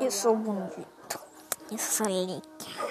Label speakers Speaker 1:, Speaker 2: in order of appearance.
Speaker 1: eu sou bonito. Eu sou legal.